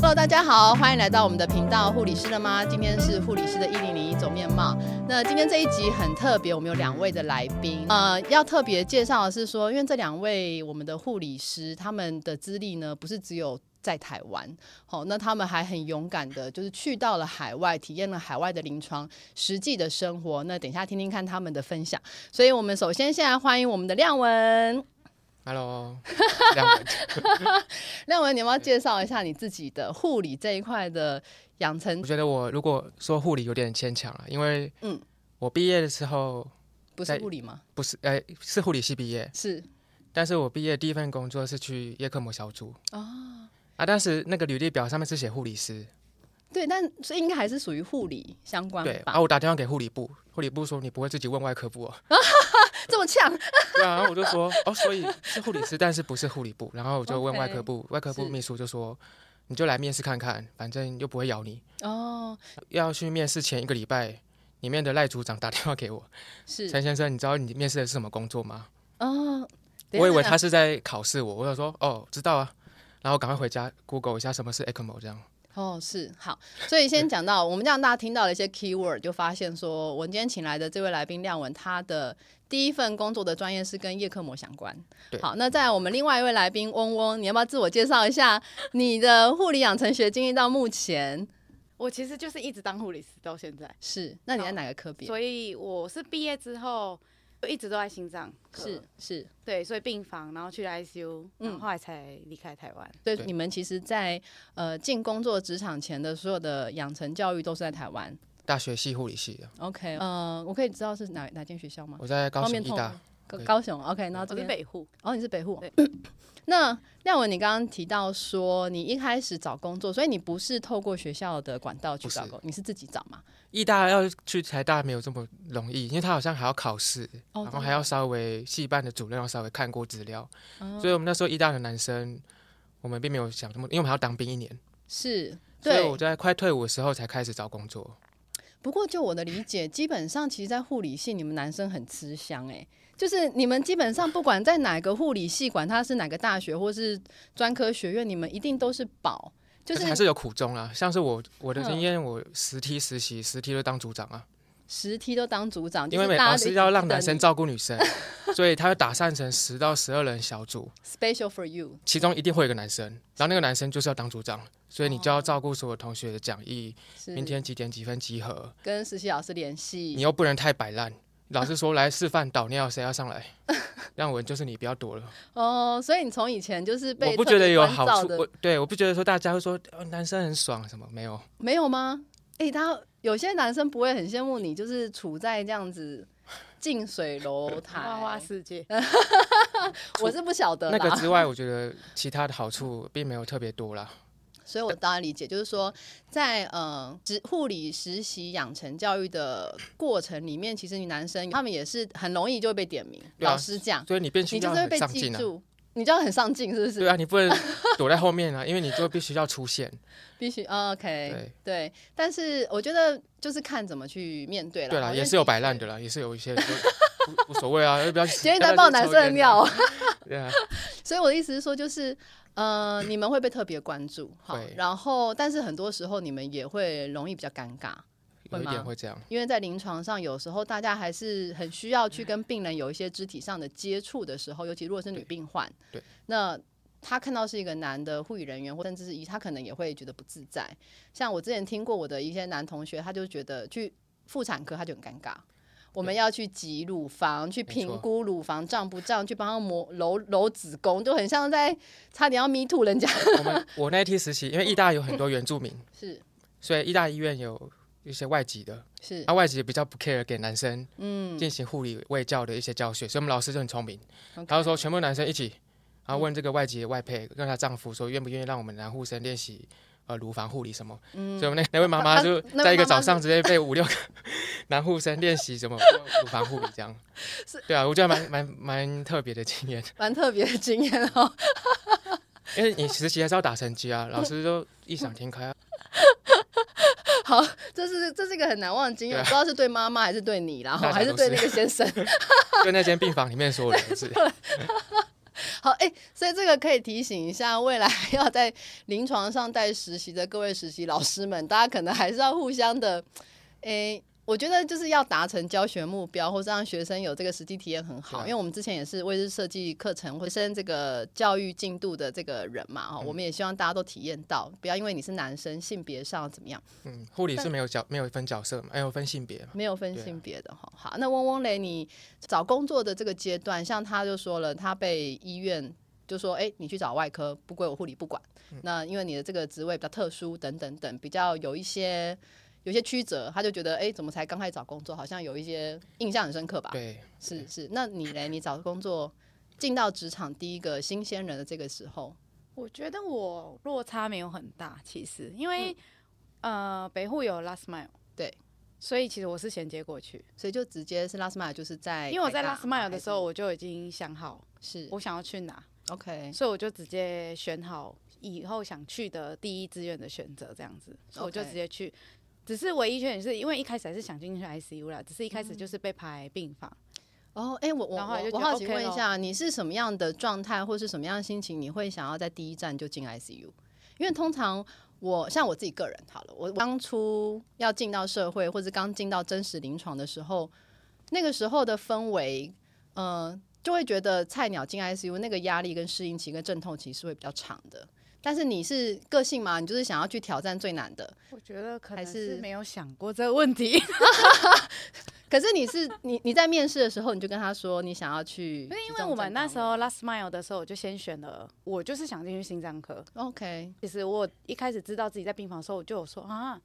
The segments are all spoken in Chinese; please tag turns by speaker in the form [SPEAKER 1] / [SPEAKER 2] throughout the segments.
[SPEAKER 1] Hello，大家好，欢迎来到我们的频道《护理师了吗》？今天是护理师的一零零一种面貌。那今天这一集很特别，我们有两位的来宾，呃，要特别介绍的是说，因为这两位我们的护理师，他们的资历呢，不是只有。在台湾，好、那他们还很勇敢的，就是去到了海外，体验了海外的临床实际的生活。那等一下听听看他们的分享。所以我们首先现在欢迎我们的亮文，
[SPEAKER 2] Hello，这样
[SPEAKER 1] 亮文，你要不要介绍一下你自己的护理这一块的养成
[SPEAKER 2] 我觉得我如果说护理有点牵强了，啊因为
[SPEAKER 1] 嗯
[SPEAKER 2] 我毕业的时候
[SPEAKER 1] 不是
[SPEAKER 2] 在
[SPEAKER 1] 护理吗？
[SPEAKER 2] 不是呃是护理系毕业，
[SPEAKER 1] 是
[SPEAKER 2] 但是我毕业第一份工作是去叶克膜小组
[SPEAKER 1] 哦，
[SPEAKER 2] 啊，当时那个履历表上面是写护理师，
[SPEAKER 1] 对，但所以应该还是属于护理相关
[SPEAKER 2] 对，
[SPEAKER 1] 吧？
[SPEAKER 2] 啊我打电话给护理部，护理部说你不会自己问外科部哦，
[SPEAKER 1] 这么呛，
[SPEAKER 2] 对啊，然后我就说哦，所以是护理师，但是不是护理部，然后我就问
[SPEAKER 1] OK，
[SPEAKER 2] 外科部，外科部
[SPEAKER 1] 是
[SPEAKER 2] 秘书就说你就来面试看看，反正又不会咬你，
[SPEAKER 1] 哦，
[SPEAKER 2] 要去面试前一个礼拜。里面的赖组长打电话给我，
[SPEAKER 1] 是
[SPEAKER 2] 陈先生，你知道你面试的是什么工作吗？
[SPEAKER 1] 哦，等一下
[SPEAKER 2] 我以为他
[SPEAKER 1] 那
[SPEAKER 2] 是在考试我，我就说哦，知道啊，然后赶快回家 Google 一下什么是 E ECMO 这样。
[SPEAKER 1] 哦是好，所以先讲到我们让大家听到了一些 keyword，就发现说我们今天请来的这位来宾亮文，他的第一份工作的专业是跟叶克膜相关。
[SPEAKER 2] 对
[SPEAKER 1] 好，那在我们另外一位来宾嗡嗡，你要不要自我介绍一下你的护理养成学经历到目前？
[SPEAKER 3] 我其实就是一直当护理师到现在，
[SPEAKER 1] 是，那你在
[SPEAKER 3] 好
[SPEAKER 1] 哪个科别？
[SPEAKER 3] 所以我是毕业之后就一直都在心脏科
[SPEAKER 1] 是是，
[SPEAKER 3] 对，所以病房，然后去了 ICU，然后后来才离开台湾。
[SPEAKER 1] 所以
[SPEAKER 2] 对
[SPEAKER 1] 你们其实在，呃进工作职场前的所有的养成教育都是在台湾。
[SPEAKER 2] 大学系护理系的，
[SPEAKER 1] OK，呃，我可以知道是哪哪间学校吗？
[SPEAKER 2] 我在高
[SPEAKER 1] 方
[SPEAKER 2] 雄
[SPEAKER 1] 便
[SPEAKER 2] 医
[SPEAKER 1] 透露
[SPEAKER 2] 大
[SPEAKER 1] 吗，高
[SPEAKER 2] 可以
[SPEAKER 1] 高雄，OK，然后
[SPEAKER 3] 我
[SPEAKER 1] 这
[SPEAKER 3] 是
[SPEAKER 1] 边，
[SPEAKER 3] 北护，
[SPEAKER 1] 哦，你是北护
[SPEAKER 3] 对。
[SPEAKER 1] 那亮文，你刚刚提到说你一开始找工作，所以你不是透过学校的管道去
[SPEAKER 2] 不是
[SPEAKER 1] 找工，你是自己找嘛？
[SPEAKER 2] 医大要去台大没有这么容易，因为他好像还要考试，
[SPEAKER 1] 哦
[SPEAKER 2] 然后还要稍微系办的主任要稍微看过资料，
[SPEAKER 1] 哦
[SPEAKER 2] 所以我们那时候医大的男生，我们并没有想这么，因为我们还要当兵一年，
[SPEAKER 1] 是，
[SPEAKER 2] 所以
[SPEAKER 1] 对
[SPEAKER 2] 我。在快退伍的时候才开始找工作。
[SPEAKER 1] 不过就我的理解，基本上其实，在护理系你们男生很吃香诶、就是你们基本上不管在哪个护理系，管它是哪个大学或是专科学院，你们一定都是宝，就
[SPEAKER 2] 但是还
[SPEAKER 1] 是
[SPEAKER 2] 是有苦衷啦，像是我我的
[SPEAKER 1] 嗯
[SPEAKER 2] 经验，我实梯实习，实梯就当组长啊，
[SPEAKER 1] 十梯都当组长，
[SPEAKER 2] 因
[SPEAKER 1] 就
[SPEAKER 2] 为
[SPEAKER 1] 是
[SPEAKER 2] 每
[SPEAKER 1] 大
[SPEAKER 2] 老
[SPEAKER 1] 家
[SPEAKER 2] 师
[SPEAKER 1] 都一
[SPEAKER 2] 要
[SPEAKER 1] 直
[SPEAKER 2] 让男
[SPEAKER 1] 等
[SPEAKER 2] 生
[SPEAKER 1] 你
[SPEAKER 2] 照顾女生，所以他会打散成十到十二人小组，
[SPEAKER 1] special for you，
[SPEAKER 2] 其中一定会有一个男生，然后那个男生就是要当组长，所以你就要照顾所有同学的讲义，
[SPEAKER 1] 哦是
[SPEAKER 2] 明天几点几分集合，
[SPEAKER 1] 跟实习老师联系，
[SPEAKER 2] 你又不能太摆烂。老师说来示范倒尿，谁要上来？让我就是你不要 躲了。
[SPEAKER 1] 哦，所以你从以前就是被
[SPEAKER 2] 我不
[SPEAKER 1] 特
[SPEAKER 2] 觉得
[SPEAKER 1] 别
[SPEAKER 2] 有
[SPEAKER 1] 关
[SPEAKER 2] 好
[SPEAKER 1] 照
[SPEAKER 2] 处，
[SPEAKER 1] 的
[SPEAKER 2] 我对我不觉得说大家会说、呃男生很爽什么没有，
[SPEAKER 1] 没有吗？诶，他有些男生不会很羡慕你，就是处在这样子 近水楼台，
[SPEAKER 3] 花花世界，
[SPEAKER 1] 我是不晓得
[SPEAKER 2] 那
[SPEAKER 1] 啦。
[SPEAKER 2] 个 之外，我觉得其他的好处并没有特别多啦。
[SPEAKER 1] 所以我当然理解，就是说，在呃职护理实习养成教育的过程里面，其实你男生他们也是很容易就会被点名，
[SPEAKER 2] 对啊
[SPEAKER 1] 老师讲，
[SPEAKER 2] 所以你必须
[SPEAKER 1] 你就
[SPEAKER 2] 要
[SPEAKER 1] 是会
[SPEAKER 2] 很
[SPEAKER 1] 被
[SPEAKER 2] 上
[SPEAKER 1] 记
[SPEAKER 2] 进啊，
[SPEAKER 1] 住，你就要很上进，是不是？
[SPEAKER 2] 对啊，你不能躲在后面啊，因为你就必须要出现。
[SPEAKER 1] 必须、哦 OK，
[SPEAKER 2] 对
[SPEAKER 1] 对，但是我觉得就是看怎么去面对了。
[SPEAKER 2] 对
[SPEAKER 1] 好
[SPEAKER 2] 啦，
[SPEAKER 1] 像
[SPEAKER 2] 也是有摆烂的啦，也是有一些就无无所谓啊，要不要？
[SPEAKER 1] 今天
[SPEAKER 2] 要
[SPEAKER 1] 在
[SPEAKER 2] 不要
[SPEAKER 1] 爆
[SPEAKER 2] 去
[SPEAKER 1] 男
[SPEAKER 2] 抽
[SPEAKER 1] 生的
[SPEAKER 2] 烟啊
[SPEAKER 1] 料，
[SPEAKER 2] 对啊，
[SPEAKER 1] 所以我的意思是说，就是呃，你们会被特别关注，好
[SPEAKER 2] 会，
[SPEAKER 1] 然后但是很多时候你们也会容易比较尴尬，
[SPEAKER 2] 有一
[SPEAKER 1] 会吗
[SPEAKER 2] 点会这样。
[SPEAKER 1] 因为在临床上有时候大家还是很需要去跟病人有一些肢体上的接触的时候，尤其如果是女病患，
[SPEAKER 2] 嗯对，
[SPEAKER 1] 那。他看到是一个男的护理人员，或甚至是医，他可能也会觉得不自在。像我之前听过我的一些男同学，他就觉得去妇产科他就很尴尬，我们要去挤乳房，去
[SPEAKER 2] 没错
[SPEAKER 1] 评估乳房胀不胀，去帮他磨揉揉子宫，就很像在差点要 me too 人家。
[SPEAKER 2] 我们我那一批实习，因为义大有很多原住民，
[SPEAKER 1] 是
[SPEAKER 2] 所以义大医院有一些外籍的，
[SPEAKER 1] 是嗯
[SPEAKER 2] 啊，外籍比较不 care 给男生进行护理卫教的一些教学，所以我们老师就很聪明，
[SPEAKER 1] OK
[SPEAKER 2] 他就说全部男生一
[SPEAKER 3] 嗯
[SPEAKER 2] 起，然后问这个外籍的外配跟她丈夫说愿不愿意让我们男护生练习。呃，乳房护理什么？
[SPEAKER 3] 嗯
[SPEAKER 2] 所以我们那那位妈
[SPEAKER 1] 她
[SPEAKER 2] 妈
[SPEAKER 1] 她
[SPEAKER 2] 就
[SPEAKER 1] 那位
[SPEAKER 2] 在一个
[SPEAKER 1] 妈妈
[SPEAKER 2] 早
[SPEAKER 1] 是
[SPEAKER 2] 上直接被五六 个男护生练习什么乳房护理这 样。对啊，我觉得蛮蛮蛮特别的经验。
[SPEAKER 1] 蛮特别的经验哦。
[SPEAKER 2] 因为你实习还是要打成绩啊，老师就异想天 开啊。
[SPEAKER 1] 好，这是这是一个很难忘的经验，
[SPEAKER 2] 对啊
[SPEAKER 1] 我不知道是对妈妈还是对你啦，
[SPEAKER 2] 大家
[SPEAKER 1] 还是
[SPEAKER 2] 都
[SPEAKER 1] 对
[SPEAKER 2] 是
[SPEAKER 1] 那个先生。
[SPEAKER 2] 就那间病房里面所有人都是，
[SPEAKER 1] 好，哎、所以这个可以提醒一下，未来要在临床上带实习的各位实习老师们，大家可能还是要互相的，哎、我觉得就是要达成教学目标，或是让学生有这个实际体验很好。
[SPEAKER 2] 对啊
[SPEAKER 1] 因为我们之前也是为日设计课程会升这个教育进度的这个人嘛，
[SPEAKER 2] 嗯
[SPEAKER 1] 哈、我们也希望大家都体验到，不要因为你是男生，性别上怎么样，
[SPEAKER 2] 嗯，护理是没有角没有分角色嘛，没有分性别嘛。
[SPEAKER 1] 没有分
[SPEAKER 2] 对啊
[SPEAKER 1] 性别的哈。好，那翁翁雷，你找工作的这个阶段，像他就说了，他被医院就说，哎、你去找外科，不归我护理不管。
[SPEAKER 2] 嗯
[SPEAKER 1] 那因为你的这个职位比较特殊，等等等，比较有一些有一些曲折，他就觉得，哎、怎么才刚开始找工作，好像有一些印象很深
[SPEAKER 3] 啊
[SPEAKER 1] 刻吧？
[SPEAKER 2] 对，
[SPEAKER 1] 是是。那你嘞，你找工作进到职场第一个新鲜人的这个时候，
[SPEAKER 3] 我觉得我落差没有很大，其实因为、呃北户有 last mile，
[SPEAKER 1] 对，
[SPEAKER 3] 所以其实我是衔接过去，
[SPEAKER 1] 所以就直接是 last mile，就是在
[SPEAKER 3] 因为我在
[SPEAKER 1] 台大
[SPEAKER 3] last mile 的时候
[SPEAKER 1] 还
[SPEAKER 3] 我就已经想好
[SPEAKER 1] 是
[SPEAKER 3] 我想要去哪，
[SPEAKER 1] OK，
[SPEAKER 3] 所以我就直接选好以后想去的第一志愿的选择，这样子，所以我就
[SPEAKER 1] OK
[SPEAKER 3] 直接去。只是唯一缺点是因为一开始还是想进去 ICU 啦，只是一开始就是被排病房。
[SPEAKER 1] 哦，哎、我我
[SPEAKER 3] 然后
[SPEAKER 1] 我
[SPEAKER 3] 就
[SPEAKER 1] 我
[SPEAKER 3] 觉得
[SPEAKER 1] 好奇
[SPEAKER 3] OK
[SPEAKER 1] 问一
[SPEAKER 3] 咯
[SPEAKER 1] 下，你是什么样的状态，或是什么样的心情，你会想要在第一站就进 ICU？因为通常我像我自己个人好了，我当初要进到社会，或者刚进到真实临床的时候，那个时候的氛围，呃，就会觉得菜鸟进 ICU 那个压力跟适应期跟阵痛期是会比较长的。但是你是个性嘛，你就是想要去挑战最难的，
[SPEAKER 3] 我觉得可
[SPEAKER 1] 还
[SPEAKER 3] 能
[SPEAKER 1] 是
[SPEAKER 3] 是没有想过这个问 题，
[SPEAKER 1] 可是你是你你在面试的时候，你就跟他说你想要去急重症
[SPEAKER 3] 因
[SPEAKER 1] 岗位，
[SPEAKER 3] 为我们那时候 last mile 的时候，我就先选了，我就是想进去心脏科。
[SPEAKER 1] OK，
[SPEAKER 3] 其实我一开始知道自己在病房的时候，我就有说啊，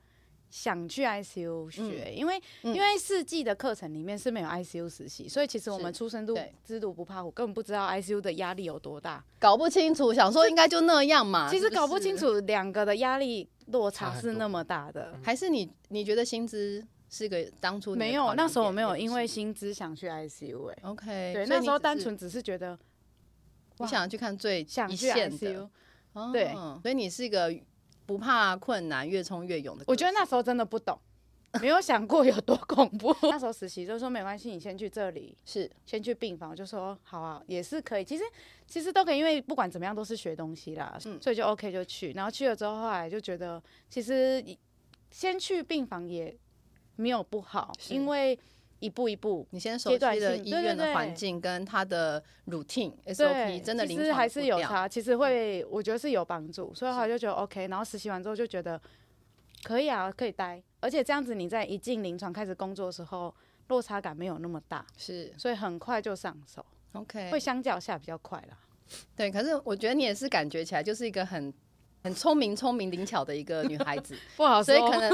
[SPEAKER 3] 想去
[SPEAKER 1] 嗯
[SPEAKER 3] ICU 学，因为、因为四季的课程里面是没有 ICU 实习，所以其实我们
[SPEAKER 1] 是
[SPEAKER 3] 出生度
[SPEAKER 1] 对
[SPEAKER 3] 知毒不怕虎，根本不知道 ICU 的压力有多大。
[SPEAKER 1] 搞不清楚，想说应该就那样嘛。
[SPEAKER 3] 其
[SPEAKER 1] 是
[SPEAKER 3] 实
[SPEAKER 1] 啊是
[SPEAKER 3] 搞不清，楚两个的压力落
[SPEAKER 2] 差
[SPEAKER 3] 差
[SPEAKER 2] 很
[SPEAKER 3] 是
[SPEAKER 2] 多
[SPEAKER 3] 那么大的。
[SPEAKER 1] 还是你你觉得薪资是个当嗯初你的
[SPEAKER 3] 没
[SPEAKER 1] 考
[SPEAKER 3] 有，
[SPEAKER 1] 量
[SPEAKER 3] 那时候我
[SPEAKER 1] 点
[SPEAKER 3] 没有因为
[SPEAKER 1] 也不是
[SPEAKER 3] 薪资想去 ICU 哎、
[SPEAKER 1] OK，所以
[SPEAKER 3] 对，那
[SPEAKER 1] 你
[SPEAKER 3] 时候
[SPEAKER 1] 只
[SPEAKER 3] 单
[SPEAKER 1] 是
[SPEAKER 3] 纯只是觉得
[SPEAKER 1] 你想要去看最
[SPEAKER 3] 想
[SPEAKER 1] 一
[SPEAKER 3] 去
[SPEAKER 1] 线
[SPEAKER 3] ICU
[SPEAKER 1] 的，。哦
[SPEAKER 3] 对
[SPEAKER 1] 所以你是一个不怕困难、越冲越勇的个性。
[SPEAKER 3] 我觉得那时候真的不懂，没有想过有多恐怖。 那时候实习就说没关系，你先去这里，
[SPEAKER 1] 是
[SPEAKER 3] 先去病房，我就说好啊，也是可以。其实其实都可以，因为不管怎么样都是学东西啦，
[SPEAKER 1] 嗯
[SPEAKER 3] 所以就 OK 就去。然后去了之后，后来就觉得其实先去病房也没有不好，
[SPEAKER 1] 是
[SPEAKER 3] 因为一步一步。
[SPEAKER 1] 你先熟悉
[SPEAKER 3] 阶段
[SPEAKER 1] 了
[SPEAKER 3] 性
[SPEAKER 1] 医
[SPEAKER 3] 对对
[SPEAKER 1] 院的
[SPEAKER 3] 对
[SPEAKER 1] 环境跟它的 routine
[SPEAKER 3] 对，
[SPEAKER 1] SOP，真的
[SPEAKER 3] 其
[SPEAKER 1] 临
[SPEAKER 3] 实
[SPEAKER 1] 床嗯
[SPEAKER 3] 还
[SPEAKER 1] 的
[SPEAKER 3] 是
[SPEAKER 1] 步
[SPEAKER 3] 有
[SPEAKER 1] 调
[SPEAKER 3] 差，其实会我觉得是有帮助，所以后来就觉得 OK。然后实习完之后就觉得可以啊，可以待，而且这样子你在一进临床开始工作的时候，落差感没有那么大，
[SPEAKER 1] 是
[SPEAKER 3] 所以很快就上手，
[SPEAKER 1] OK
[SPEAKER 3] 会相较下比较快啦。
[SPEAKER 1] 对，可是我觉得你也是感觉起来就是一个很很聪明、聪明灵巧的一个女孩子。
[SPEAKER 3] 不好
[SPEAKER 1] 所以可能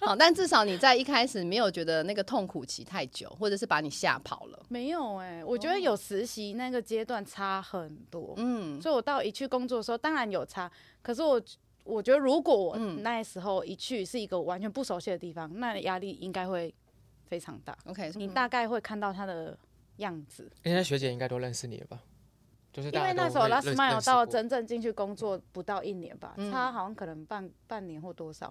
[SPEAKER 1] 好，但至少你在一开始没有觉得那个痛苦期太久，或者是把你吓跑了。
[SPEAKER 3] 没有哎、我
[SPEAKER 2] 哦
[SPEAKER 3] 觉得有实习那个阶段差很多，
[SPEAKER 1] 嗯，
[SPEAKER 3] 所以我到一去工作的时候，当然有差，可是我。我觉得如果我
[SPEAKER 1] 嗯
[SPEAKER 3] 那时候一去是一个完全不熟悉的地方，那压力应该会非常大。
[SPEAKER 1] OK，嗯
[SPEAKER 3] 你大概会看到他的样子，
[SPEAKER 2] 现在学姐应该都认识你了吧？就是
[SPEAKER 3] 因
[SPEAKER 2] 大家
[SPEAKER 3] 为那
[SPEAKER 2] 都
[SPEAKER 3] 时候
[SPEAKER 2] 会
[SPEAKER 3] Last
[SPEAKER 2] 认
[SPEAKER 3] Mile
[SPEAKER 2] 认识
[SPEAKER 3] 到
[SPEAKER 2] 过嗯
[SPEAKER 3] 真正进去工作不到一年吧，
[SPEAKER 1] 嗯
[SPEAKER 3] 差好像可能半半年或多少，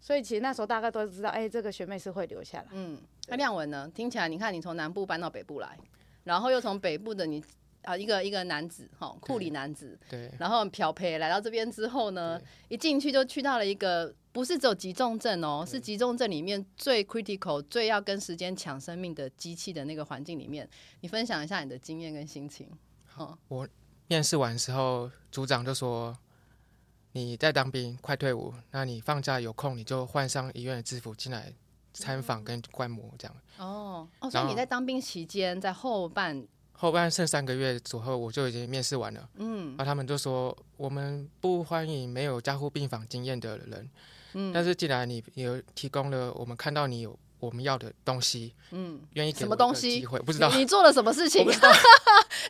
[SPEAKER 3] 所以其实那时候大概都知道，哎、这个学妹是会留下来。
[SPEAKER 1] 嗯，那亮文呢？听起来你看你从南部搬到北部来，然后又从北部的你啊一个一个男子哈库里男子，
[SPEAKER 2] 对
[SPEAKER 1] 然后很漂培来到这边之后呢，一进去就去到了一个不是只有急重症哦，是急重症里面最 critical、最要跟时间抢生命的机器的那个环境里面，你分享一下你的经验跟心情。哦，
[SPEAKER 2] 面试完之后，组长就说：“你在当兵，快退伍，那你放假有空你就换上医院的制服进来参访跟观摩这样。”
[SPEAKER 1] 哦，哦，所以
[SPEAKER 2] 然后
[SPEAKER 1] 你在当兵期间，在后半，
[SPEAKER 2] 后半剩三个月左右，我就已经面试完了。嗯，然后他们就说我们不欢迎没有加护病房经验的人。嗯，但是既然你你有提供了我们看到你有我们要的东西，嗯，愿意给
[SPEAKER 1] 什么
[SPEAKER 2] 我一个
[SPEAKER 1] 东西
[SPEAKER 2] 机会，不知道
[SPEAKER 1] 你你做了什么事情？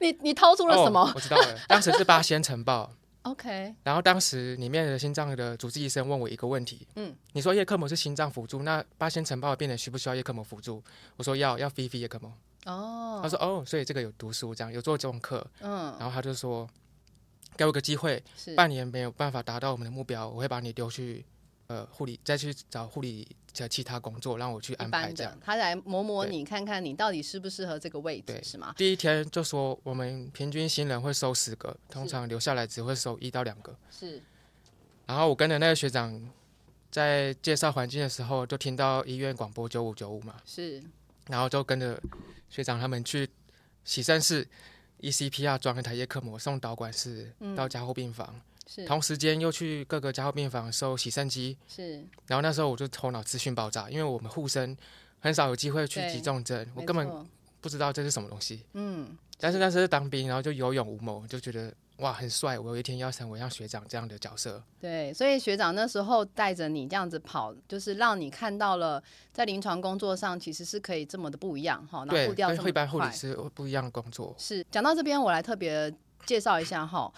[SPEAKER 1] 你你掏出了什么、
[SPEAKER 2] 哦我知道了，当时是八仙晨报。
[SPEAKER 1] o k
[SPEAKER 2] 然后当时里面的心脏的主治医生问我一个问题，
[SPEAKER 1] 嗯
[SPEAKER 2] 嗯，你说叶克膜是心脏辅助，那八仙晨报的病人需不需要叶克膜辅助？我说要，要 VV E 叶克膜。
[SPEAKER 1] 哦，
[SPEAKER 2] 他说哦，所以这个有读书这样，有做这种课，
[SPEAKER 1] 嗯，
[SPEAKER 2] 然后他就说，给我个机会，
[SPEAKER 1] 是
[SPEAKER 2] 半年没有办法达到我们的目标，我会把你丢去呃护理再去找护理的其他工作让我去
[SPEAKER 1] 一
[SPEAKER 2] 安排
[SPEAKER 1] 般
[SPEAKER 2] 这
[SPEAKER 1] 的
[SPEAKER 2] 样。，
[SPEAKER 1] 他来磨磨你，看看你到底适不适合这个位置
[SPEAKER 2] 对，
[SPEAKER 1] 是吗？
[SPEAKER 2] 第一天就说我们平均新人会收十个，通常留下来只会收一到两个。
[SPEAKER 1] 是，
[SPEAKER 2] 然后我跟着那个学长在介绍环境的时候，就听到医院广播九五九五嘛，
[SPEAKER 1] 是，
[SPEAKER 2] 然后就跟着学长他们去洗肾室、ECPR E 装一台叶克膜送导管室到加护病房，
[SPEAKER 1] 嗯是，
[SPEAKER 2] 同时间又去各个加护病房收洗肾机。
[SPEAKER 1] 是，
[SPEAKER 2] 然后那时候我就头脑资讯爆炸，因为我们护生很少有机会去
[SPEAKER 1] 对
[SPEAKER 2] 急重症，我
[SPEAKER 1] 没
[SPEAKER 2] 根本
[SPEAKER 1] 错
[SPEAKER 2] 不知道这是什么东西。
[SPEAKER 1] 嗯，
[SPEAKER 2] 但是那时候当兵，然后就有勇无谋，就觉得哇很帅，我有一天要成为像学长这样的角色。
[SPEAKER 1] 对，所以学长那时候带着你这样子跑，就是让你看到了在临床工作上其实是可以这么的不一样哈，然后
[SPEAKER 2] 对，
[SPEAKER 1] 步调
[SPEAKER 2] 跟
[SPEAKER 1] 这
[SPEAKER 2] 一
[SPEAKER 1] 么
[SPEAKER 2] 般护理
[SPEAKER 1] 快。
[SPEAKER 2] 师不一样的工作。
[SPEAKER 1] 是，讲到这边，我来特别介绍一下哈。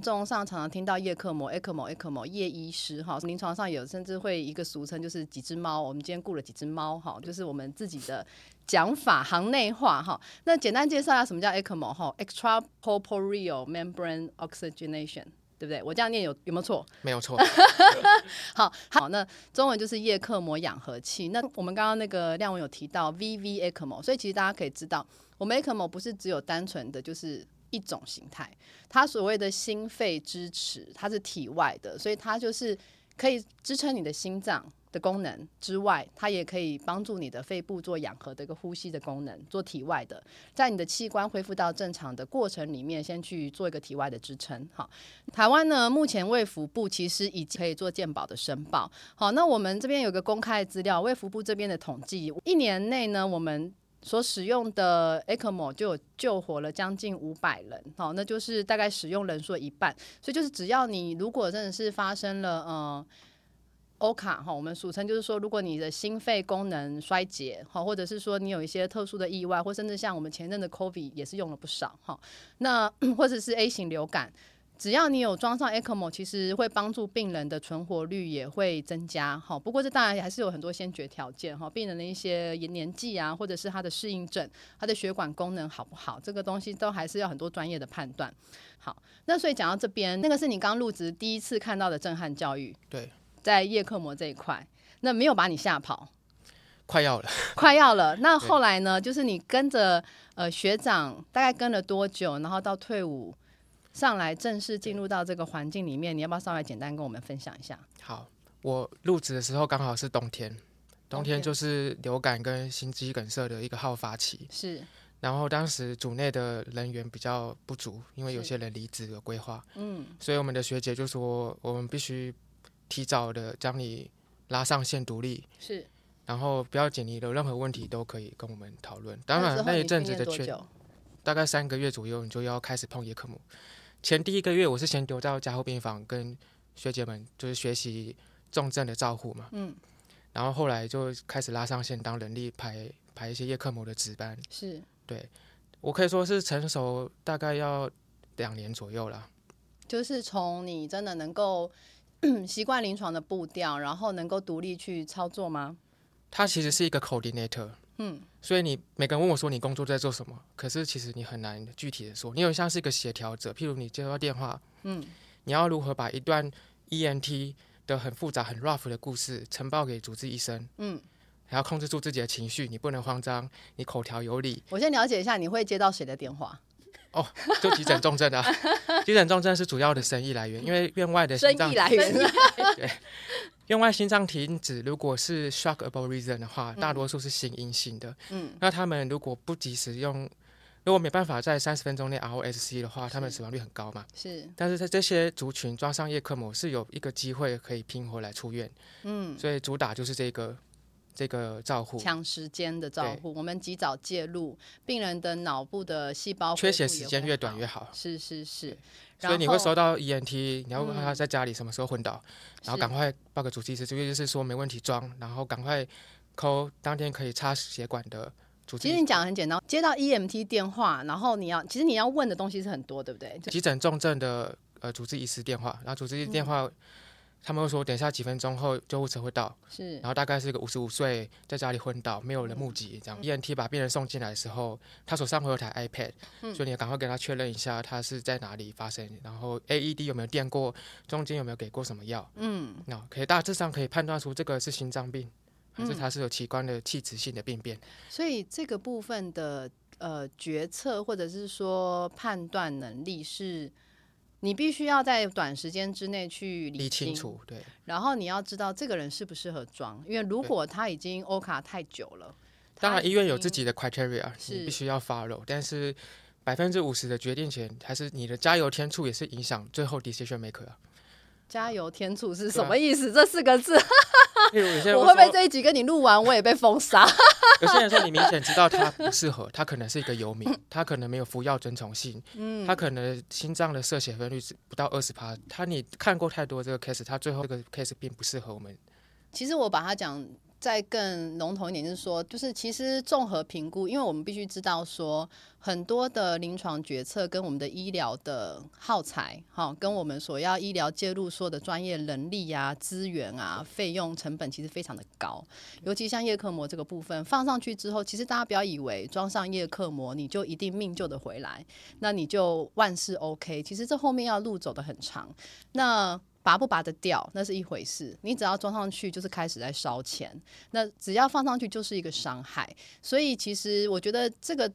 [SPEAKER 1] 综上常常听到叶克膜、ECMO、ECMO 叶医师哈，临床上有甚至会一个俗称就是几只猫，我们今天雇了几只猫哈，就是我们自己的讲法行内话哈。那简单介绍一下什么叫 ECMO 哈，extracorporeal membrane oxygenation，对不对？我这样念有有没有错？
[SPEAKER 2] 没有错，
[SPEAKER 1] 好好，那中文就是叶克膜氧合器。那我们刚刚那个亮文有提到 VV ECMO，所以其实大家可以知道，我们 ECMO 不是只有单纯的就是一种形态，它所谓的心肺支持，它是体外的，所以它就是可以支撑你的心脏。的功能之外，它也可以帮助你的肺部做氧合的一个呼吸的功能，做体外的，在你的器官恢复到正常的过程里面，先去做一个体外的支撑。好，台湾呢，目前卫福部其实已经可以做健保的申报。好，那我们这边有个公开的资料，卫福部这边的统计，一年内呢，我们所使用的 E ECMO 就有救活了将近五百人，好，那就是大概使用人数的一半。所以就是只要你如果真的是发生了，嗯、欧卡哈，我们俗称就是说，如果你的心肺功能衰竭哈，或者是说你有一些特殊的意外，或甚至像我们前阵的 COVID 也是用了不少哈，那 或者是 A 型流感，只要你有装上 ECMO，其实会帮助病人的存活率也会增加哈。不过这当然还是有很多先决条件哈，病人的一些年纪啊，或者是他的适应症、他的血管功能好不好，这个东西都还是要很多专业的判断。好，那所以讲到这边，那个是你刚入职第一次看到的震撼教育，
[SPEAKER 2] 对，
[SPEAKER 1] 在叶克膜这一块，那没有把你吓跑，
[SPEAKER 2] 快要了。
[SPEAKER 1] 快要了。那后来呢，就是你跟着呃学长大概跟了多久，然后到退伍上来正式进入到这个环境里面，你要不要稍微简单跟我们分享一下？
[SPEAKER 2] 好，我入职的时候刚好是冬天，冬天
[SPEAKER 1] 天
[SPEAKER 2] 就是流感跟心肌梗塞的一个好发期。
[SPEAKER 1] 是
[SPEAKER 2] 然后当时组内的人员比较不足，因为有
[SPEAKER 1] 是
[SPEAKER 2] 些人离职有规划，
[SPEAKER 1] 嗯，
[SPEAKER 2] 所以我们的学姐就说，我们必须提早的将你拉上线独立，
[SPEAKER 1] 是。
[SPEAKER 2] 然后不要紧，你有任何问题都可以跟我们讨论。当然那一阵子的
[SPEAKER 1] 多
[SPEAKER 2] 缺，
[SPEAKER 1] 久？
[SPEAKER 2] 大概三个月左右，你就要开始碰叶克膜。前第一个月我是先丢到加护病房跟学姐们，就是学习重症的照护嘛，
[SPEAKER 1] 嗯，
[SPEAKER 2] 然后后来就开始拉上线当人力排排一些叶克膜的值班，
[SPEAKER 1] 是
[SPEAKER 2] 对我可以说是成熟大概要两年左右啦。
[SPEAKER 1] 就是从你真的能够 习惯临床的步调，然后能够独立去操作吗？
[SPEAKER 2] 它其实是一个 coordinator，
[SPEAKER 1] 嗯，
[SPEAKER 2] 所以你每个人问我说你工作在做什么，可是其实你很难具体的说，你有像是一个协调者，譬如你接到电话，
[SPEAKER 1] 嗯，
[SPEAKER 2] 你要如何把一段 ENT 的很复杂、很 rough 的故事呈报给主治医生，
[SPEAKER 1] 嗯，
[SPEAKER 2] 还要控制住自己的情绪，你不能慌张，你口条有理，
[SPEAKER 1] 我先了解一下，你会接到谁的电话？
[SPEAKER 2] 就急诊重症啊， 急诊重症是主要的生意来源，因为院外的
[SPEAKER 1] 生
[SPEAKER 2] 哎心脏
[SPEAKER 1] 意来源
[SPEAKER 3] 生意
[SPEAKER 2] 院外心脏停止，如果是 shock above reason 的话，大多数是心因性的。
[SPEAKER 1] 嗯，
[SPEAKER 2] 那他们如果不及时用，如果没办法在三十分钟内 ROSC 的话，他们
[SPEAKER 1] 是
[SPEAKER 2] 死亡率很高嘛。
[SPEAKER 1] 是
[SPEAKER 2] 但是在这些族群抓上叶克膜是有一个机会可以拼回来出院，
[SPEAKER 1] 嗯，
[SPEAKER 2] 所以主打就是这个这个照护。
[SPEAKER 1] 抢时间的照护，我们及早介入病人的脑部的细胞
[SPEAKER 2] 缺
[SPEAKER 1] 恢复
[SPEAKER 2] 血
[SPEAKER 1] 也
[SPEAKER 2] 时间
[SPEAKER 1] 会
[SPEAKER 2] 越短
[SPEAKER 1] 好
[SPEAKER 2] 越好，
[SPEAKER 1] 是是是，然
[SPEAKER 2] 所以你会
[SPEAKER 1] 后嗯
[SPEAKER 2] 收到 ENT，你要问他在家里什么时候昏倒，然后赶
[SPEAKER 1] 是
[SPEAKER 2] 快报给主治医师，这个就是说没问题装，然后赶快抠当天可以插血管的主治
[SPEAKER 1] 其
[SPEAKER 2] 医
[SPEAKER 1] 实
[SPEAKER 2] 师
[SPEAKER 1] 你讲得很简单，接到 EMT 电话，然后你要，其实你要问的东西是很多，对不对？就嗯
[SPEAKER 2] 急诊重症的呃主治医师电话，然后主治医师电话、他们会说等一下几分钟后救护车会到，
[SPEAKER 1] 是
[SPEAKER 2] 然，后大概是一个五十五岁在家里昏倒，没有人目
[SPEAKER 1] 嗯
[SPEAKER 2] 击这样。ENT 把病人送进来的时候，他手上会有台 iPad，、所以
[SPEAKER 1] 嗯
[SPEAKER 2] 你要赶快跟他确认一下他是在哪里发生，然后 AED 有没有电过，中间有没有给过什么药，
[SPEAKER 1] 嗯，
[SPEAKER 2] 那可以大致上可以判断出这个是心脏病，还
[SPEAKER 1] 嗯
[SPEAKER 2] 是他是有器官的器质性的病变。
[SPEAKER 1] 所以这个部分的呃决策或者是说判断能力是。你必须要在短时间之内去
[SPEAKER 2] 理
[SPEAKER 1] 理
[SPEAKER 2] 清
[SPEAKER 1] 清，
[SPEAKER 2] 楚，对，
[SPEAKER 1] 然后你要知道这个人适不适合装，因为如果他已经欧卡太久了，
[SPEAKER 2] 当然
[SPEAKER 1] 他已
[SPEAKER 2] 医院有
[SPEAKER 1] 经
[SPEAKER 2] 自己的 criteria，
[SPEAKER 1] 是
[SPEAKER 2] 你必须要 follow，但是百分之五十的决定权还是你的加油添醋，也是影响最后 decision maker 啊。
[SPEAKER 1] 加油添醋是
[SPEAKER 2] 对
[SPEAKER 1] 什
[SPEAKER 2] 啊
[SPEAKER 1] 么意思？这四个字，
[SPEAKER 2] 例如有些人
[SPEAKER 1] 我会不会
[SPEAKER 2] 说
[SPEAKER 1] 这一集跟你录完我也被封杀？
[SPEAKER 2] 有些人说你明显知道他不适合，他可能是一个 游民，他可能没有服药遵从性，
[SPEAKER 1] 嗯
[SPEAKER 2] 他可能心脏的射血分率是不到二十趴，他你看过太多这个 case，他最后这个 case 并不适合我们。
[SPEAKER 1] 其实我把它讲再更笼统一点，就是说，就是其实综合评估，因为我们必须知道说，很多的临床决策跟我们的医疗的耗材，哈、跟我们所要医疗介入说的专业能力啊、资源啊、费用成本，其实非常的高。尤其像叶克膜这个部分放上去之后，其实大家不要以为装上叶克膜你就一定命救得回来，那你就万事 OK。其实这后面要路走得很长。那拔不拔得掉那是一回事，你只要装上去就是开始在烧钱，那只要放上去就是一个伤害。所以其实我觉得这个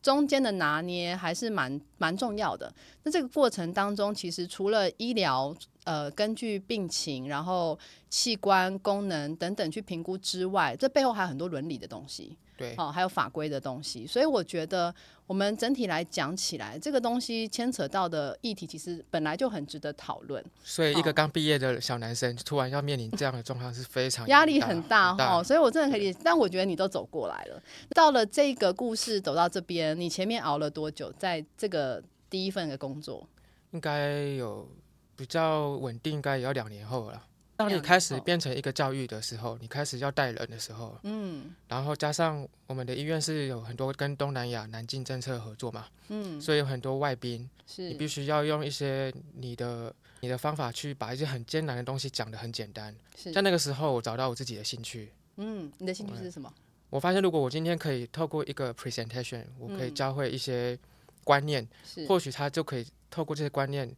[SPEAKER 1] 中间的拿捏还是蛮蛮重要的。那这个过程当中，其实除了医疗呃根据病情，然后器官功能等等去评估之外，这背后还有很多伦理的东西。
[SPEAKER 2] 对，
[SPEAKER 1] 哦，还有法规的东西，所以我觉得我们整体来讲起来，这个东西牵扯到的议题，其实本来就很值得讨论。
[SPEAKER 2] 所以一
[SPEAKER 1] 好
[SPEAKER 2] 个刚毕业的小男生突然要面临这样的状况是非常
[SPEAKER 1] 压力很大
[SPEAKER 2] 啊很大
[SPEAKER 1] 哈，所以我真的可以理解，但我觉得你都走过来了。到了这个故事走到这边，你前面熬了多久？在这个第一份的工作，
[SPEAKER 2] 应该有比较稳定，应该也要两年后了。当你
[SPEAKER 1] 两
[SPEAKER 2] 开
[SPEAKER 1] 年
[SPEAKER 2] 始
[SPEAKER 1] 后
[SPEAKER 2] 变成一个教育的时候，你开始要带人的时候，嗯，然后加上我们的医院是有很多跟东南亚南进政策合作嘛，嗯，所以有很多外宾，你
[SPEAKER 1] 是
[SPEAKER 2] 必须要用一些你的你的方法去把一些很艰难的东西讲得很简单。
[SPEAKER 1] 是
[SPEAKER 2] 在，那个时候，我找到我自己的兴趣，
[SPEAKER 1] 嗯，你的兴趣是什么？
[SPEAKER 2] 我发现如果我今天可以透过一个 presentation，我可以
[SPEAKER 1] 嗯
[SPEAKER 2] 教会一些观念，
[SPEAKER 1] 是
[SPEAKER 2] 或许他就可以透过这些观念，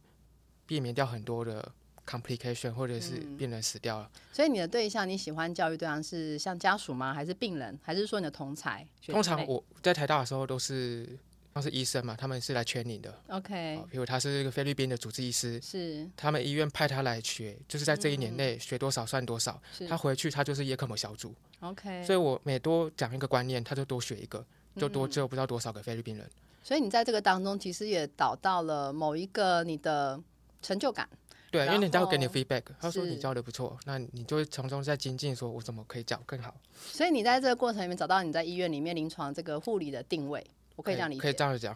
[SPEAKER 2] 避免掉很多的 complication，或者是
[SPEAKER 1] 嗯
[SPEAKER 2] 病人死掉了。
[SPEAKER 1] 所以你的对象，你喜欢教育对象是像家属吗？还是病人？还是说你的同才？学
[SPEAKER 2] 通
[SPEAKER 1] 弟
[SPEAKER 2] 常
[SPEAKER 1] 妹
[SPEAKER 2] 我在台大的时候都是，像是医生嘛，他们是来 training 的，
[SPEAKER 1] OK
[SPEAKER 2] 啊比如他是一个菲律宾的主治医师，
[SPEAKER 1] 是
[SPEAKER 2] 他们医院派他来学，就是在这一年内学多少算多少，
[SPEAKER 1] 嗯是
[SPEAKER 2] 他回去他就是叶克膜小组，
[SPEAKER 1] OK，
[SPEAKER 2] 所以我每多讲一个观念，他就多学一个，就多
[SPEAKER 1] 嗯
[SPEAKER 2] 救不知道多少个菲律宾人。
[SPEAKER 1] 所以你在这个当中，其实也导到了某一个你的成就感。
[SPEAKER 2] 对，因为
[SPEAKER 1] 然
[SPEAKER 2] 人家会给你
[SPEAKER 1] 后
[SPEAKER 2] feedback，他说你
[SPEAKER 1] 是
[SPEAKER 2] 教的不错，那你就会从中再精进，说我怎么可以教更好。
[SPEAKER 1] 所以你在这个过程里面找到你在医院里面临床这个护理的定位，我可以这样理解。
[SPEAKER 2] 哎可以这样讲。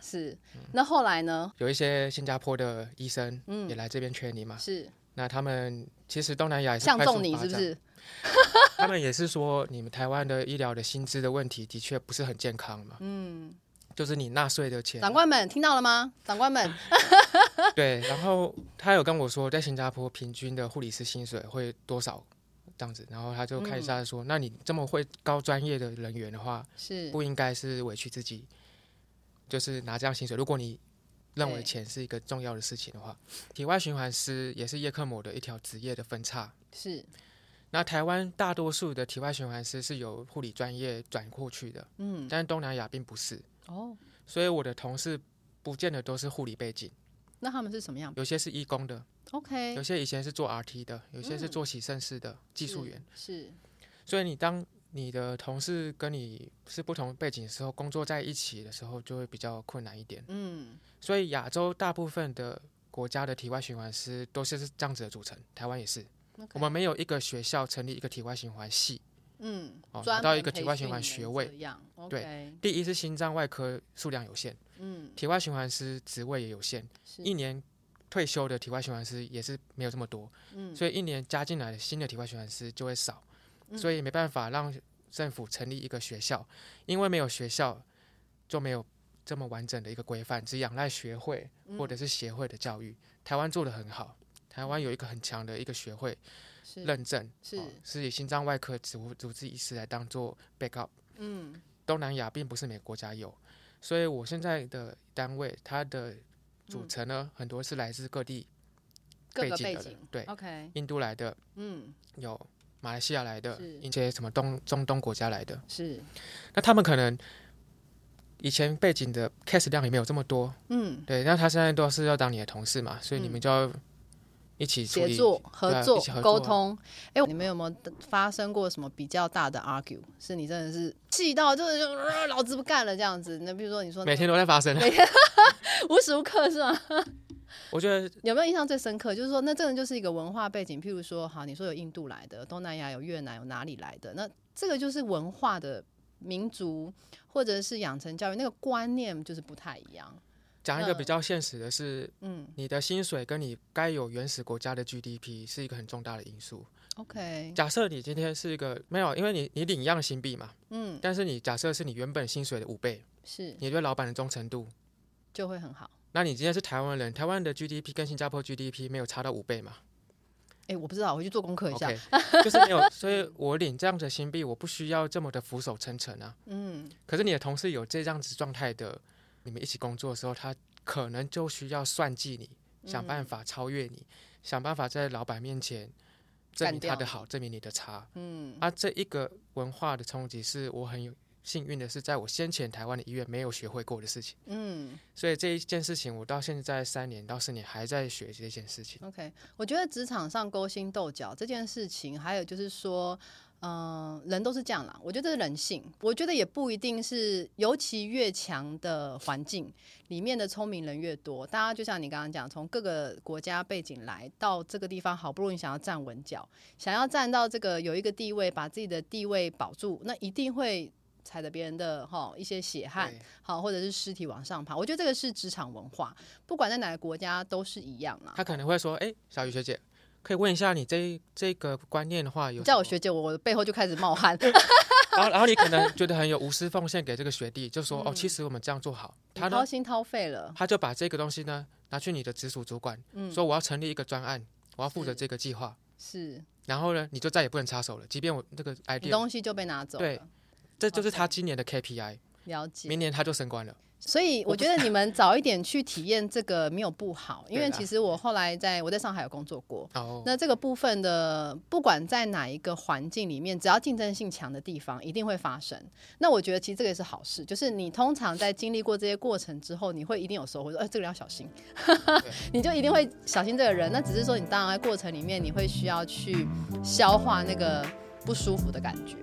[SPEAKER 1] 是，那后来呢？
[SPEAKER 2] 有一些新加坡的医生
[SPEAKER 1] 嗯
[SPEAKER 2] 也来这边 training 嘛，
[SPEAKER 1] 是
[SPEAKER 2] 那他们其实东南亚也是
[SPEAKER 1] 相
[SPEAKER 2] 快速
[SPEAKER 1] 中你
[SPEAKER 2] 发
[SPEAKER 1] 是不
[SPEAKER 2] 展？
[SPEAKER 1] 是？
[SPEAKER 2] 他们也是说，你们台湾的医疗的薪资的问题的确不是很健康嘛，嗯，就是你纳税的钱，
[SPEAKER 1] 长官们听到了吗？长官 们，
[SPEAKER 2] 对，然后他有跟我说，在新加坡平均的护理师薪水会多少这样子，然后他就看一下说，那你这么会高专业的人员的话，
[SPEAKER 1] 是
[SPEAKER 2] 不应该是委屈自己，就是拿这样薪水。如果你认为
[SPEAKER 1] 对
[SPEAKER 2] 钱是一个重要的事情的话，体外循环师也是叶克膜的一条职业的分叉。
[SPEAKER 1] 是，
[SPEAKER 2] 那台湾大多数的体外循环师是由护理专业转过去的，
[SPEAKER 1] 嗯，
[SPEAKER 2] 但是东南亚并不是，
[SPEAKER 1] 哦，
[SPEAKER 2] 所以我的同事不见得都是护理背景，
[SPEAKER 1] 那他们是什么样
[SPEAKER 2] 有些是义工的，
[SPEAKER 1] ？OK，
[SPEAKER 2] 有些以前是做 RT 的，有些是做洗肾室的技术
[SPEAKER 1] 嗯是
[SPEAKER 2] 员。
[SPEAKER 1] 是
[SPEAKER 2] 所以你当你的同事跟你是不同背景的时候，工作在一起的时候就会比较困难一点。
[SPEAKER 1] 嗯，
[SPEAKER 2] 所以亚洲大部分的国家的体外循环师都是这样子的组成，台湾也是。
[SPEAKER 1] OK
[SPEAKER 2] 我们没有一个学校成立一个体外循环系。
[SPEAKER 1] 嗯，
[SPEAKER 2] 哦
[SPEAKER 1] 专
[SPEAKER 2] 拿到
[SPEAKER 1] 门
[SPEAKER 2] 一个体
[SPEAKER 1] 培
[SPEAKER 2] 外
[SPEAKER 1] 训
[SPEAKER 2] 循环
[SPEAKER 1] 人
[SPEAKER 2] 学位
[SPEAKER 1] 这样，OK，
[SPEAKER 2] 对第一是心脏外科数量有限，
[SPEAKER 1] 嗯，
[SPEAKER 2] 体外循环师职位也有限，
[SPEAKER 1] 是
[SPEAKER 2] 一年退休的体外循环师也是没有这么多，
[SPEAKER 1] 嗯
[SPEAKER 2] 所以一年加进来的新的体外循环师就会少，所以没办法让政府成立一个学校，因为没有学校就没有这
[SPEAKER 1] 嗯
[SPEAKER 2] 么完整的一个规范，只仰赖学会或者是协会的教育。台湾做的很好，台湾有一个很强的一个学会
[SPEAKER 1] 是
[SPEAKER 2] 认证，
[SPEAKER 1] 是
[SPEAKER 2] 哦是以心脏外科主主治医师来当做 backup。
[SPEAKER 1] 嗯
[SPEAKER 2] 东南亚并不是每个国家有，所以我现在的单位它的组成呢，很多是来自各地
[SPEAKER 1] 嗯各个
[SPEAKER 2] 景
[SPEAKER 1] 背
[SPEAKER 2] 的人
[SPEAKER 1] 景哦
[SPEAKER 2] 对，
[SPEAKER 1] ，OK，
[SPEAKER 2] 印度来的
[SPEAKER 1] 嗯
[SPEAKER 2] 有，马来西亚来的
[SPEAKER 1] 是
[SPEAKER 2] 一些什么东中东国家来的，
[SPEAKER 1] 是
[SPEAKER 2] 那他们可能以前背景的 case 量也没有这么多，
[SPEAKER 1] 嗯
[SPEAKER 2] 对，那他现在都是要当你的同事嘛，所以你们就要一起处
[SPEAKER 1] 协
[SPEAKER 2] 理
[SPEAKER 1] 作
[SPEAKER 2] 对
[SPEAKER 1] 合
[SPEAKER 2] 啊
[SPEAKER 1] 作
[SPEAKER 2] 一起合作
[SPEAKER 1] 沟
[SPEAKER 2] 啊
[SPEAKER 1] 通。哎，你们有没有发生过什么比较大的 argue？是你真的是气到就是就、呃老子不干了这样子？那比如说你说
[SPEAKER 2] 每天都在发生。
[SPEAKER 1] 无时无刻是吗？
[SPEAKER 2] 我觉得
[SPEAKER 1] 有没有印象最深刻？就是说，那真的就是一个文化背景，譬如说，好，你说有印度来的，东南亚有越南，有哪里来的？那这个就是文化的民族或者是养成教育那个观念就是不太一样。
[SPEAKER 2] 讲一个
[SPEAKER 1] 嗯
[SPEAKER 2] 比较现实的是，
[SPEAKER 1] 嗯
[SPEAKER 2] 你的薪水跟你该有原始国家的 GDP 是一个很重大的因素。
[SPEAKER 1] ，OK，
[SPEAKER 2] 假设你今天是一个没有，因为你你领一样新币嘛，
[SPEAKER 1] 嗯，
[SPEAKER 2] 但是你假设是你原本薪水的五倍，
[SPEAKER 1] 是
[SPEAKER 2] 你对老板的忠诚度，
[SPEAKER 1] 就会很好。
[SPEAKER 2] 那你今天是台湾人，台湾的 GDP 跟新加坡 GDP 没有差到五倍嘛
[SPEAKER 1] 哎、我不知道，我回去做功课一下。
[SPEAKER 2] ？OK，就是没有，所以我领这样子的新币，我不需要这么的俯首称臣啊。
[SPEAKER 1] 嗯，
[SPEAKER 2] 可是你的同事有这样子状态的，你们一起工作的时候，他可能就需要算计你，想
[SPEAKER 1] 嗯
[SPEAKER 2] 办法超越你，想办法在老板面前证明
[SPEAKER 1] 干掉
[SPEAKER 2] 他的好，证明你的差。
[SPEAKER 1] 嗯，
[SPEAKER 2] 啊，这一个文化的冲击是我很有幸运的，是在我先前台湾的医院没有学会过的事情。
[SPEAKER 1] 嗯
[SPEAKER 2] 所以这一件事情，我到现在三年到四年还在学这件事情。
[SPEAKER 1] ，OK，我觉得职场上勾心斗角这件事情，还有就是说。嗯、人都是这样啦。我觉得这是人性，我觉得也不一定是，尤其越强的环境，里面的聪明人越多，大家就像你刚刚讲，从各个国家背景来到这个地方，好不容易想要站稳脚，想要站到这个有一个地位，把自己的地位保住，那一定会踩着别人的哈一些血汗
[SPEAKER 2] 对，
[SPEAKER 1] 好或者是尸体往上爬。我觉得这个是职场文化，不管在哪个国家都是一样啦。
[SPEAKER 2] 他可能会说：“哎、小雨学姐，可以问一下你这一这个观念的话有
[SPEAKER 1] 你
[SPEAKER 2] 什
[SPEAKER 1] 叫我
[SPEAKER 2] 么
[SPEAKER 1] 学姐，我我的背后就开始冒 汗。
[SPEAKER 2] 然后，然后你可能觉得很有无私奉献给这个学弟，就说、哦，其实我们这样做好，他
[SPEAKER 1] 嗯你
[SPEAKER 2] 呢
[SPEAKER 1] 掏，心掏肺了，
[SPEAKER 2] 他就把这个东西呢拿去你的直属主管，说我要成立一个专案，我要负责
[SPEAKER 1] 嗯是
[SPEAKER 2] 这个计划，
[SPEAKER 1] 是
[SPEAKER 2] 然后呢，你就再也不能插手了，即便我那个
[SPEAKER 1] 你
[SPEAKER 2] idea，
[SPEAKER 1] 东西就被拿走
[SPEAKER 2] 对
[SPEAKER 1] 了。
[SPEAKER 2] 这就是他
[SPEAKER 1] OK
[SPEAKER 2] 今年的 KPI，
[SPEAKER 1] 了解。
[SPEAKER 2] 明年他就升官了。
[SPEAKER 1] 所以我觉得你们早一点去体验这个没有不好，因为
[SPEAKER 2] 对啦
[SPEAKER 1] 其实我后来在我在上海有工作过。
[SPEAKER 2] 哦，
[SPEAKER 1] 那这个部分的，不管在哪一个环境里面，只要竞争性强的地方，一定会发生。那我觉得其实这个也是好事，就是你通常在经历过这些过程之后，你会一定有收获，说，哎、这个人要小心， 你就一定会小心这个人。那只是说，你当然在过程里面，你会需要去消化那个不舒服的感觉。